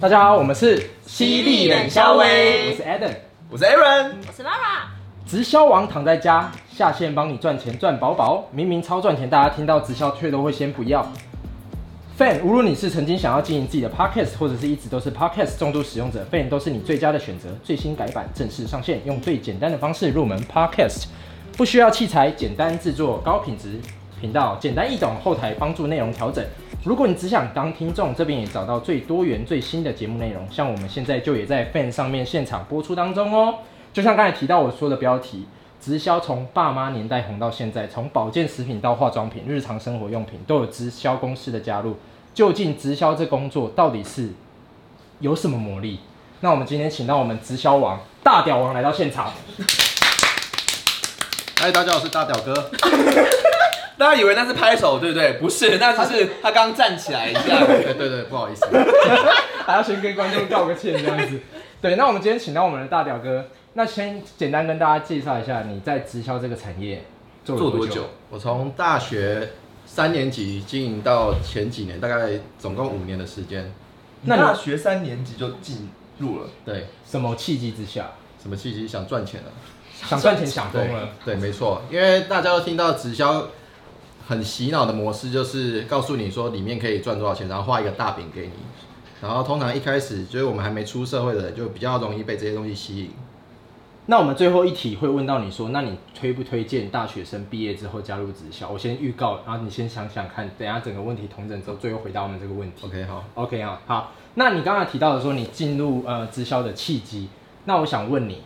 大家好，我们是犀利冷肖威，我是 Adam，我是 Aaron，我是 Lara，直销王躺在家，下线帮你赚钱赚饱饱，明明超赚钱，大家听到直销却都会先不要。Fan，无论你是曾经想要经营自己的 Podcast，或者是一直都是 Podcast 重度使用者，Fan 都是你最佳的选择。最新改版正式上线，用最简单的方式入门 Podcast，不需要器材，简单制作高品质频道，简单易懂，后台帮助内容调整。如果你只想当听众，这边也找到最多元最新的节目内容，像我们现在就也在 Fan 上面现场播出当中哦。就像刚才提到我说的标题，直销从爸妈年代红到现在，从保健食品到化妆品、日常生活用品，都有直销公司的加入。究竟直销这工作到底是有什么魔力？那我们今天请到我们直销王大屌王来到现场，嗨，大家好，我是大屌哥。 大家以为那是拍手，对不对？不 是，那只是他刚站起来一下。 对对对，不好意思。还要先跟观众道个歉这样子。对，那我们今天请到我们的大屌哥，那先简单跟大家介绍一下你在直销这个产业做了做多多久久？？我从大学三年级经营到前几年，大概总共五年的时间。那你大学三年级就进入了，对，什么契机之下什么契机想赚钱啊？想赚钱想对疯了？对，没错，因为大家都听到直销很洗脑的模式，就是告诉你说里面可以赚多少钱，然后画一个大饼给你。然后通常一开始就是我们还没出社会的人，就比较容易被这些东西吸引。那我们最后一题会问到你说，那你推不推荐大学生毕业之后加入直销？我先预告，然后你先想想看，等一下整个问题统整之后，最后回答我们这个问题。 OK，好， OK 啊，好，那你刚才提到的说你进入呃直销的契机，那我想问你，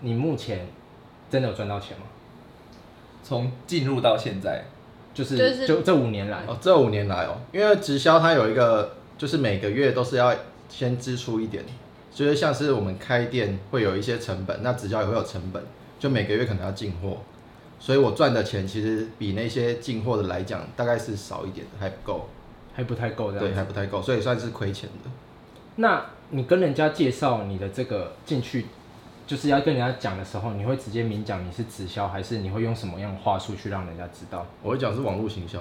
你目前真的有赚到钱吗？从进入到现在，就是就是就这五年来，哦，这五年来哦，因为直销它有一个，就是每个月都是要先支出一点，就是像是我们开店会有一些成本，那直销也会有成本，就每个月可能要进货，所以我赚的钱其实比那些进货的来讲，大概是少一点，还不够，还不太够这样对，子。还不太够，所以算是亏钱的。那你跟人家介绍你的这个进去，就是要跟人家讲的时候，你会直接明讲你是直销，还是你会用什么样的话术去让人家知道？我会讲是网络行销，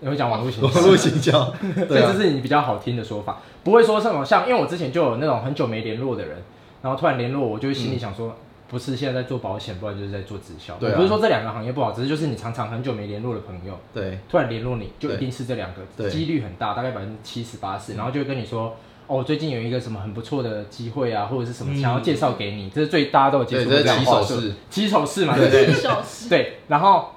你会讲网络形哦网络行销， 所对以这啊，是你比较好听的说法，不会说什么像，因为我之前就有那种很久没联络的人，然后突然联络我，我就会心里想说，不是现在在做保险，不然就是在做直销。嗯对啊我不是说这两个行业不好，只是就是你常常很久没联络的朋友，对突然联络你，就一对定是这两个，对嗯几率很大，大概百分之七十八十，然后就会跟你说。哦，我最近有一个什么很不错的机会啊，或者是什么想要介绍给你，这是最大家都有接触过嗯对这是样的话起手术式，起手式嘛，对不对？手势，对，然后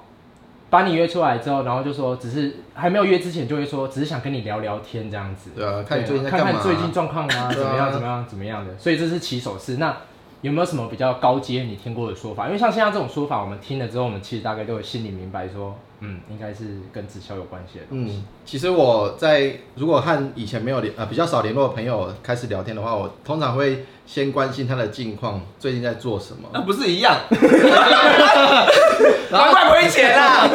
把你约出来之后，然后就说只是还没有约之前就会说，只是想跟你聊聊天这样子。对啊，看你最近在看干看嘛、你最近状况啊，怎对啊么样怎么样怎么样的。所以这是起手式。那有没有什么比较高阶你听过的说法？因为像现在这种说法，我们听了之后，我们其实大概都有心里明白说，嗯，应该是跟直销有关系的东西。嗯，其实我在如果和以前没有联呃比较少联络的朋友开始聊天的话，我通常会先关心他的近况，最近在做什么。啊那不是一 样？然难后怪亏钱啦！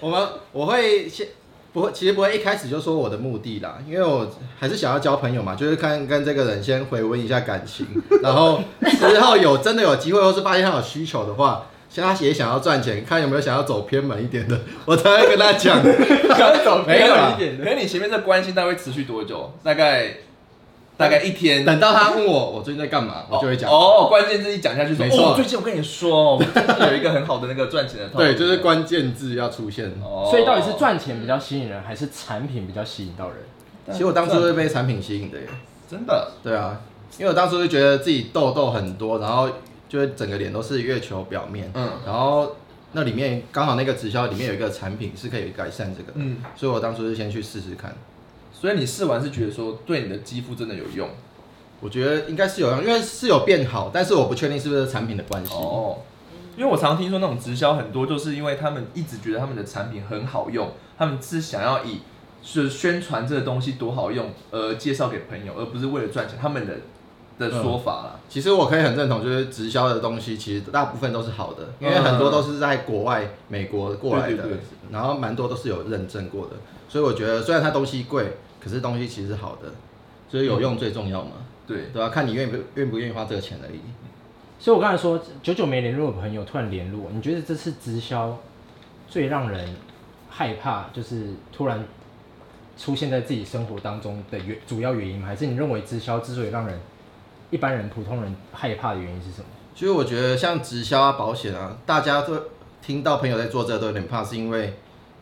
我们我会先不会，其实不会一开始就说我的目的啦，因为我还是想要交朋友嘛，就是看跟这个人先回温一下感 情，然后之后有真的有机会或是发现他有需求的话。像他也想要赚钱，看有没有想要走偏门一点的， 我才会跟他讲。想走没有啦一点可。是你前面这关心大概会持续多久？大概大概一天。等到他问我我最近在干嘛，我就会讲。哦，关键字一讲下去说，没错哦，最近我跟你说，我最近有一个很好的那个赚哦钱的套路，对，就是关键字要出现。哦。所以到底是赚钱比较吸引人，还是产品比较吸引到人？啊其实我当初是被产品吸引的耶，真的对啊，因为我当初就觉得自己痘痘很多，然后就是整个脸都是月球表面，嗯然后那里面刚好那个直销里面有一个产品是可以改善这个，嗯，所以我当初是先去试试看，所以你试完是觉得说对你的肌肤真的有用我觉得应该是有用，因为是有变好，但是我不确定是不是产品的关系。哦。因为我常听说那种直销很多，就是因为他们一直觉得他们的产品很好用，他们是想要以就是宣传这个东西多好用而介绍给朋友，而不是为了赚钱。他们的的说法啦，其实我可以很认同，就是直销的东西，其实大部分都是好的，因为很多都是在国外、美国过来的，对对对然后蛮多都是有认证过的，所以我觉得虽然它东西贵，可是东西其实是好的，所以有用最重要嘛，啊对。对吧、看你愿不愿不愿意花这个钱而已。所以我刚才说，久久没联络的朋友突然联络，你觉得这次直销最让人害怕，就是突然出现在自己生活当中的原主要原因吗？还是你认为直销之所以让人一般人、普通人害怕的原因是什么？其实我觉得像直销啊、保险啊，大家都听到朋友在做这个都有点怕，是因为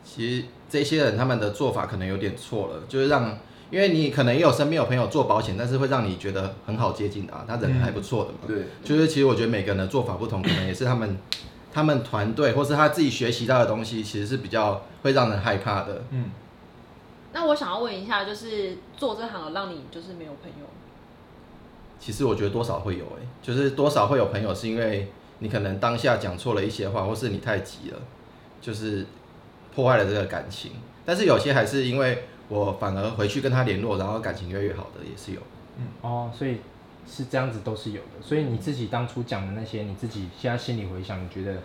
其实这些人他们的做法可能有点错了，就是让，因为你可能也有身边有朋友做保险，但是会让你觉得很好接近的啊，他人还不错的嘛。对，就是其实我觉得每个人的做法不同，可能也是他们他们团队或是他自己学习到的东西，其实是比较会让人害怕的。嗯， 那我想要问一下，就是做这行有让你就是没有朋友吗？其实我觉得多少会有诶、就是多少会有朋友是因为你可能当下讲错了一些话，或是你太急了，就是破坏了这个感情。但是有些还是因为我反而回去跟他联络，然后感情越来越好的也是有。哦，所以是这样子，都是有的。所以你自己当初讲的那些，你自己现在心里回想，你觉得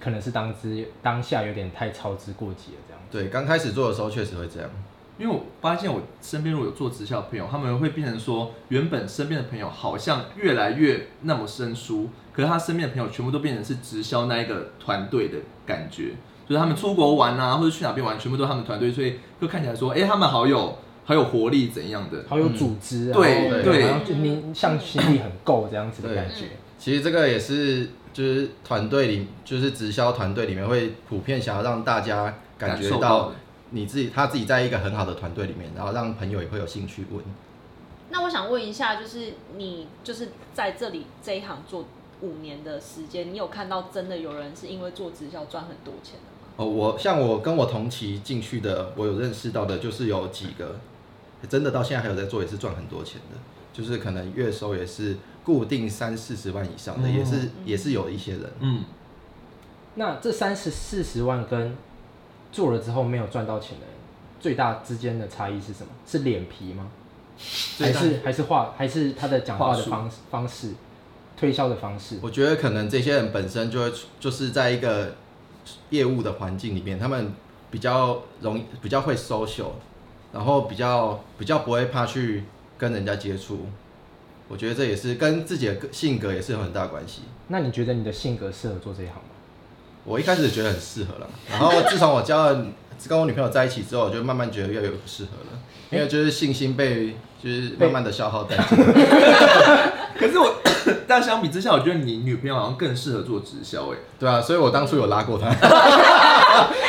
可能是当之当下有点太操之过急了，这样。对，刚开始做的时候确实会这样。因为我发现我身边如果有做直销的朋友，他们会变成说，原本身边的朋友好像越来越那么生疏，可是他身边的朋友全部都变成是直销那一个团队的感觉，就是他们出国玩啊，或者去哪边玩，全部都是他们团队，所以就看起来说，哎、他们好有好有活力怎样的，好有组织、啊对然后对好像就你向心力很够这样子的对感觉。其实这个也是就是团队里，就是直销团队里面会普遍想要让大家感觉受到的你自己，他自己在一个很好的团队里面，然后让朋友也会有兴趣问。那我想问一下，就是你就是在这里这一行做五年的时间，你有看到真的有人是因为做直销赚很多钱的 吗？哦，我像我跟我同期进去的，我有认识到的，就是有几个真的到现在还有在做，也是赚很多钱的，就是可能月收也是固定三四十万以上的，嗯也是也是有一些人。嗯，那这三十四十万跟做了之后没有赚到钱的人，最大之间的差异是什么？是脸皮吗？还最大是还是话还是他的讲话的话术方方式，推销的方式？我觉得可能这些人本身就会出就是在一个业务的环境里面，他们比较容易比较会 social，然后比较比较不会怕去跟人家接触。我觉得这也是跟自己的个性格也是有很大关系。那你觉得你的性格适合做这一行吗？我一开始觉得很适合了，然后自从我交了跟我女朋友在一起之后，我就慢慢觉得越来越不适合了，因为就是信心被就是慢慢的消耗殆尽。可是我， 但相比之下，我觉得你女朋友好像更适合做直销、欸，对啊，所以我当初有拉过她，哎，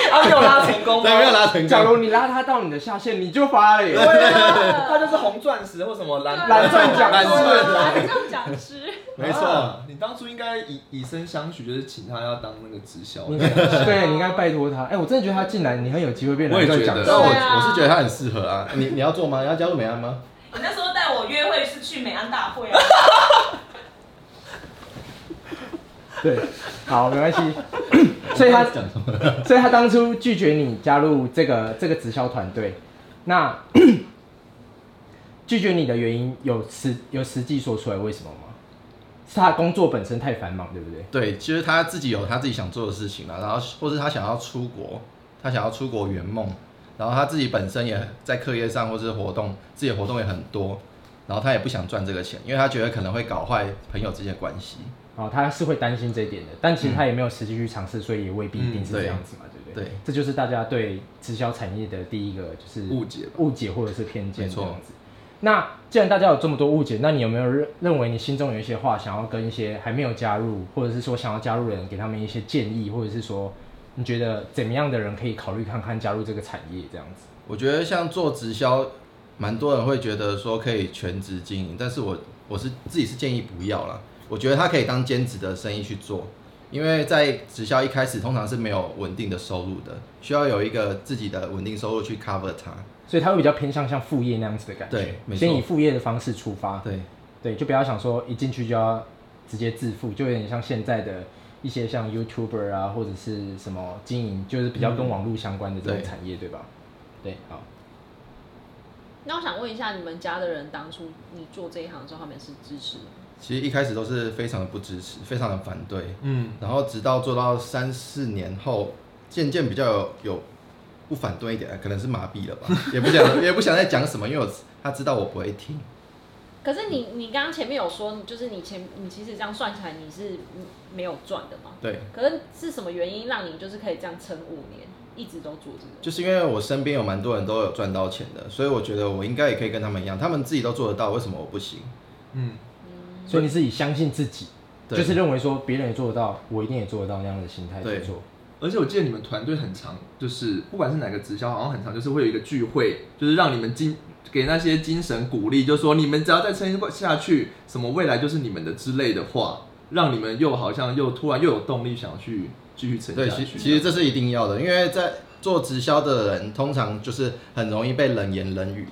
他没有拉成 功对，没有拉 成假功。如你拉他到你的下线，你就发了耶！ 他就是红钻石或什么蓝蓝钻奖蓝钻对啊，这样讲 师，没错啊你当初应该以以身相许，就是请他要当那个直销。你 对，你应该拜托他。哎、我真的觉得他进来，你很有机会变我蓝也钻觉讲得但我对啊我是觉得她很适合啊，你你要做吗？你要加入美安吗？我那时候带我约会是去美安大会啊，对，好，没关系。 所以他讲嗯什 么？所以他当初拒绝你加入这个这个直销团队，那 拒绝你的原因有实有实际说出来为什么吗？是他工作本身太繁忙，对不对？对，其实他自己有他自己想做的事情啦，啊然后或是他想要出国，他想要出国圆梦，然后他自己本身也在课业上或是活动，自己的活动也很多，然后他也不想赚这个钱，因为他觉得可能会搞坏朋友之间的关系。哦，他是会担心这一点的，但其实他也没有实际去尝试，所以也未必一定是这样子嘛，对不对？对这就是大家对直销产业的第一个就是误解吧误解或者是偏见没这错样子。那既然大家有这么多误解，那你有没有认认为你心中有一些话想要跟一些还没有加入，或者是说想要加入的人给他们一些建议，或者是说你觉得怎么样的人可以考虑看看加入这个产业这样子？我觉得像做直销，蛮多人会觉得说可以全职经营，但是我我是自己是建议不要啦。我觉得它可以当兼职的生意去做，因为在直销一开始通常是没有稳定的收入的，需要有一个自己的稳定收入去 cover 它。所以他会比较偏向像副业那样子的感觉，对没错先以副业的方式出发，对。对，就不要想说一进去就要直接致富，就有点像现在的一些像 YouTuber 啊，或者是什么经营，就是比较跟网络相关的这种嗯对产业，对吧？对，好，那我想问一下，你们家的人当初你做这一行的时候，他们是支持的吗？其实一开始都是非常的不支持，非常的反对，嗯，然后直到做到三四年后，渐渐比较有有不反对一点，可能是麻痹了吧，也不想也不想再讲什么，因为我知他知道我不会听。可是你你刚刚前面有说，就是你前你其实这样算起来你是没有赚的嘛？对，可是是什么原因让你就是可以这样撑五年，一直都做这个？就是因为我身边有蛮多人都有赚到钱的，所以我觉得我应该也可以跟他们一样，他们自己都做得到，为什么我不行？嗯，所以你自己相信自己，对就是认为说别人也做得到，我一定也做得到那样的心态去对做。而且我记得你们团队很长，就是不管是哪个直销，好像很长，就是会有一个聚会，就是让你们精给那些精神鼓励，就说你们只要再撑下去，什么未来就是你们的之类的话， 让你们又好像又突然又有动力想要去继续撑对，下去其。其实这是一定要的，因为在做直销的人，通常就是很容易被冷言冷语，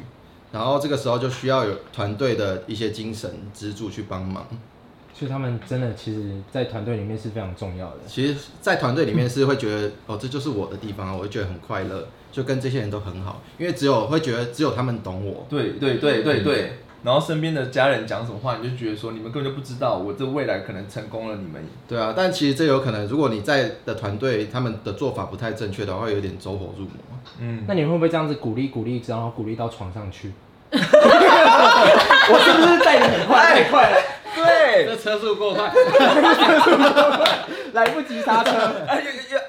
然后这个时候就需要有团队的一些精神支柱去帮忙。所以他们真的其实，在团队里面是非常重要的。其实，在团队里面是会觉得，哦，这就是我的地方，我就觉得很快乐，就跟这些人都很好，因为只有会觉得只有他们懂我。对对对对对。然后身边的家人讲什么话，你就觉得说你们根本就不知道，我这未来可能成功了，你们对啊，但其实这有可能，如果你在的团队他们的做法不太正确的话，会有点走火入魔。嗯，那你们会不会这样子鼓励鼓励，然后鼓励到床上 去？我是不是带的很快哎太快了？对，车速过快，来不及刹车。哎呀呀！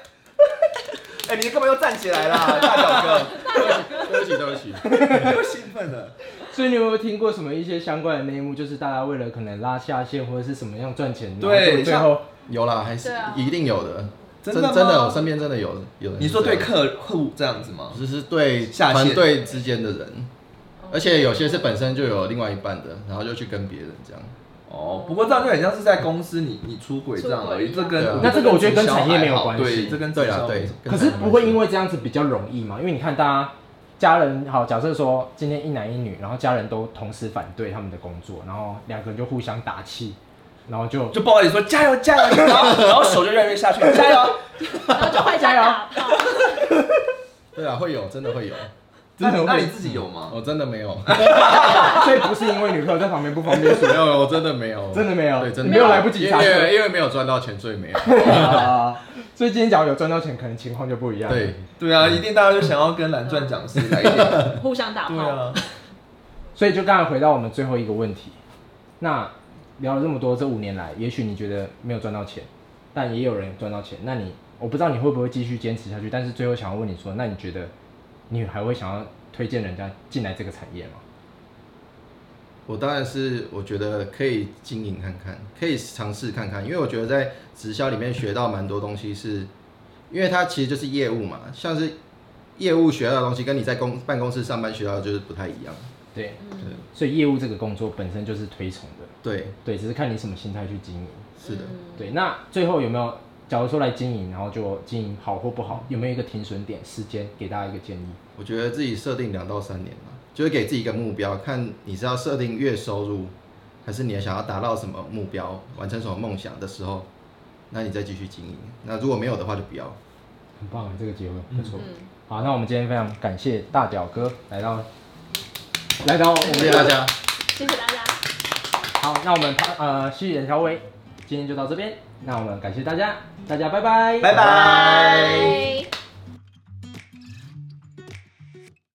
哎，你干嘛又站起来啦，大表哥？对不起，对不起。又兴奋了。所以你有没有听过什么一些相关的内幕？就是大家为了可能拉下线或者是什么样赚钱，然后 对就最像后有啦，还是对啊一定有的，真的真吗的，我身边真的有有人。你说对，客户这样子吗？就是对下线团队之间的人，哦而且有些是本身就有另外一半的，然后就去跟别人这样。哦，不过这样就很像是在公司你你出轨这样而已，出轨这对啊跟那这个我觉得跟产业没有还好关系对，这跟对直啦，销对。可是不会因为为这样子比较容易嘛？因为你看大家家人好，假设说今天一男一女，然后家人都同时反对他们的工作，然后两个人就互相打气，然后就就抱着你说加油 加油，然后然后手就越来越下去，加油，然后就回家打炮，对啊，会有，真的会有，真的那会你自己有吗？哦我真的没有，所以不是因为女朋友在旁边不方便说 没有，我 真的没有，真的没有对，真的没有来不及因刹车为因为没有赚到钱，所以没有。 啊，所以今天假如有赚到钱，可能情况就不一样。对，对啊，一定大家就想要跟蓝钻讲师来一点，互相打 对炮。啊，所以就刚才回到我们最后一个问题，那聊了这么多，这五年来，也许你觉得没有赚到钱，但也有人赚到钱，那你我不知道你会不会继续坚持下去，但是最后想要问你说，那你觉得你还会想要推荐人家进来这个产业吗？我当然是我觉得可以经营看看，可以尝试看看，因为我觉得在直销里面学到蛮多东西是，因为它其实就是业务嘛，像是业务学到的东西跟你在公办公室上班学到的就是不太一样。对，嗯，所以业务这个工作本身就是推崇的，对，对，只是看你什么心态去经营。是的，嗯对，那最后有没有，假如说来经营，然后就经营好或不好，有没有一个停损点、时间，给大家一个建议？我觉得自己设定两到三年嘛，就是给自己一个目标，看你是要设定月收入，还是你想要达到什么目标，完成什么梦想的时候，那你再继续经营。那如果没有的话，就不要。很棒，啊这个结论不错。嗯好，那我们今天非常感谢大屌哥来到，来到我们谢谢大家，谢谢大家，好，那我们呃虚演调微今天就到这边，那我们感谢大家，大家拜拜，拜拜。拜。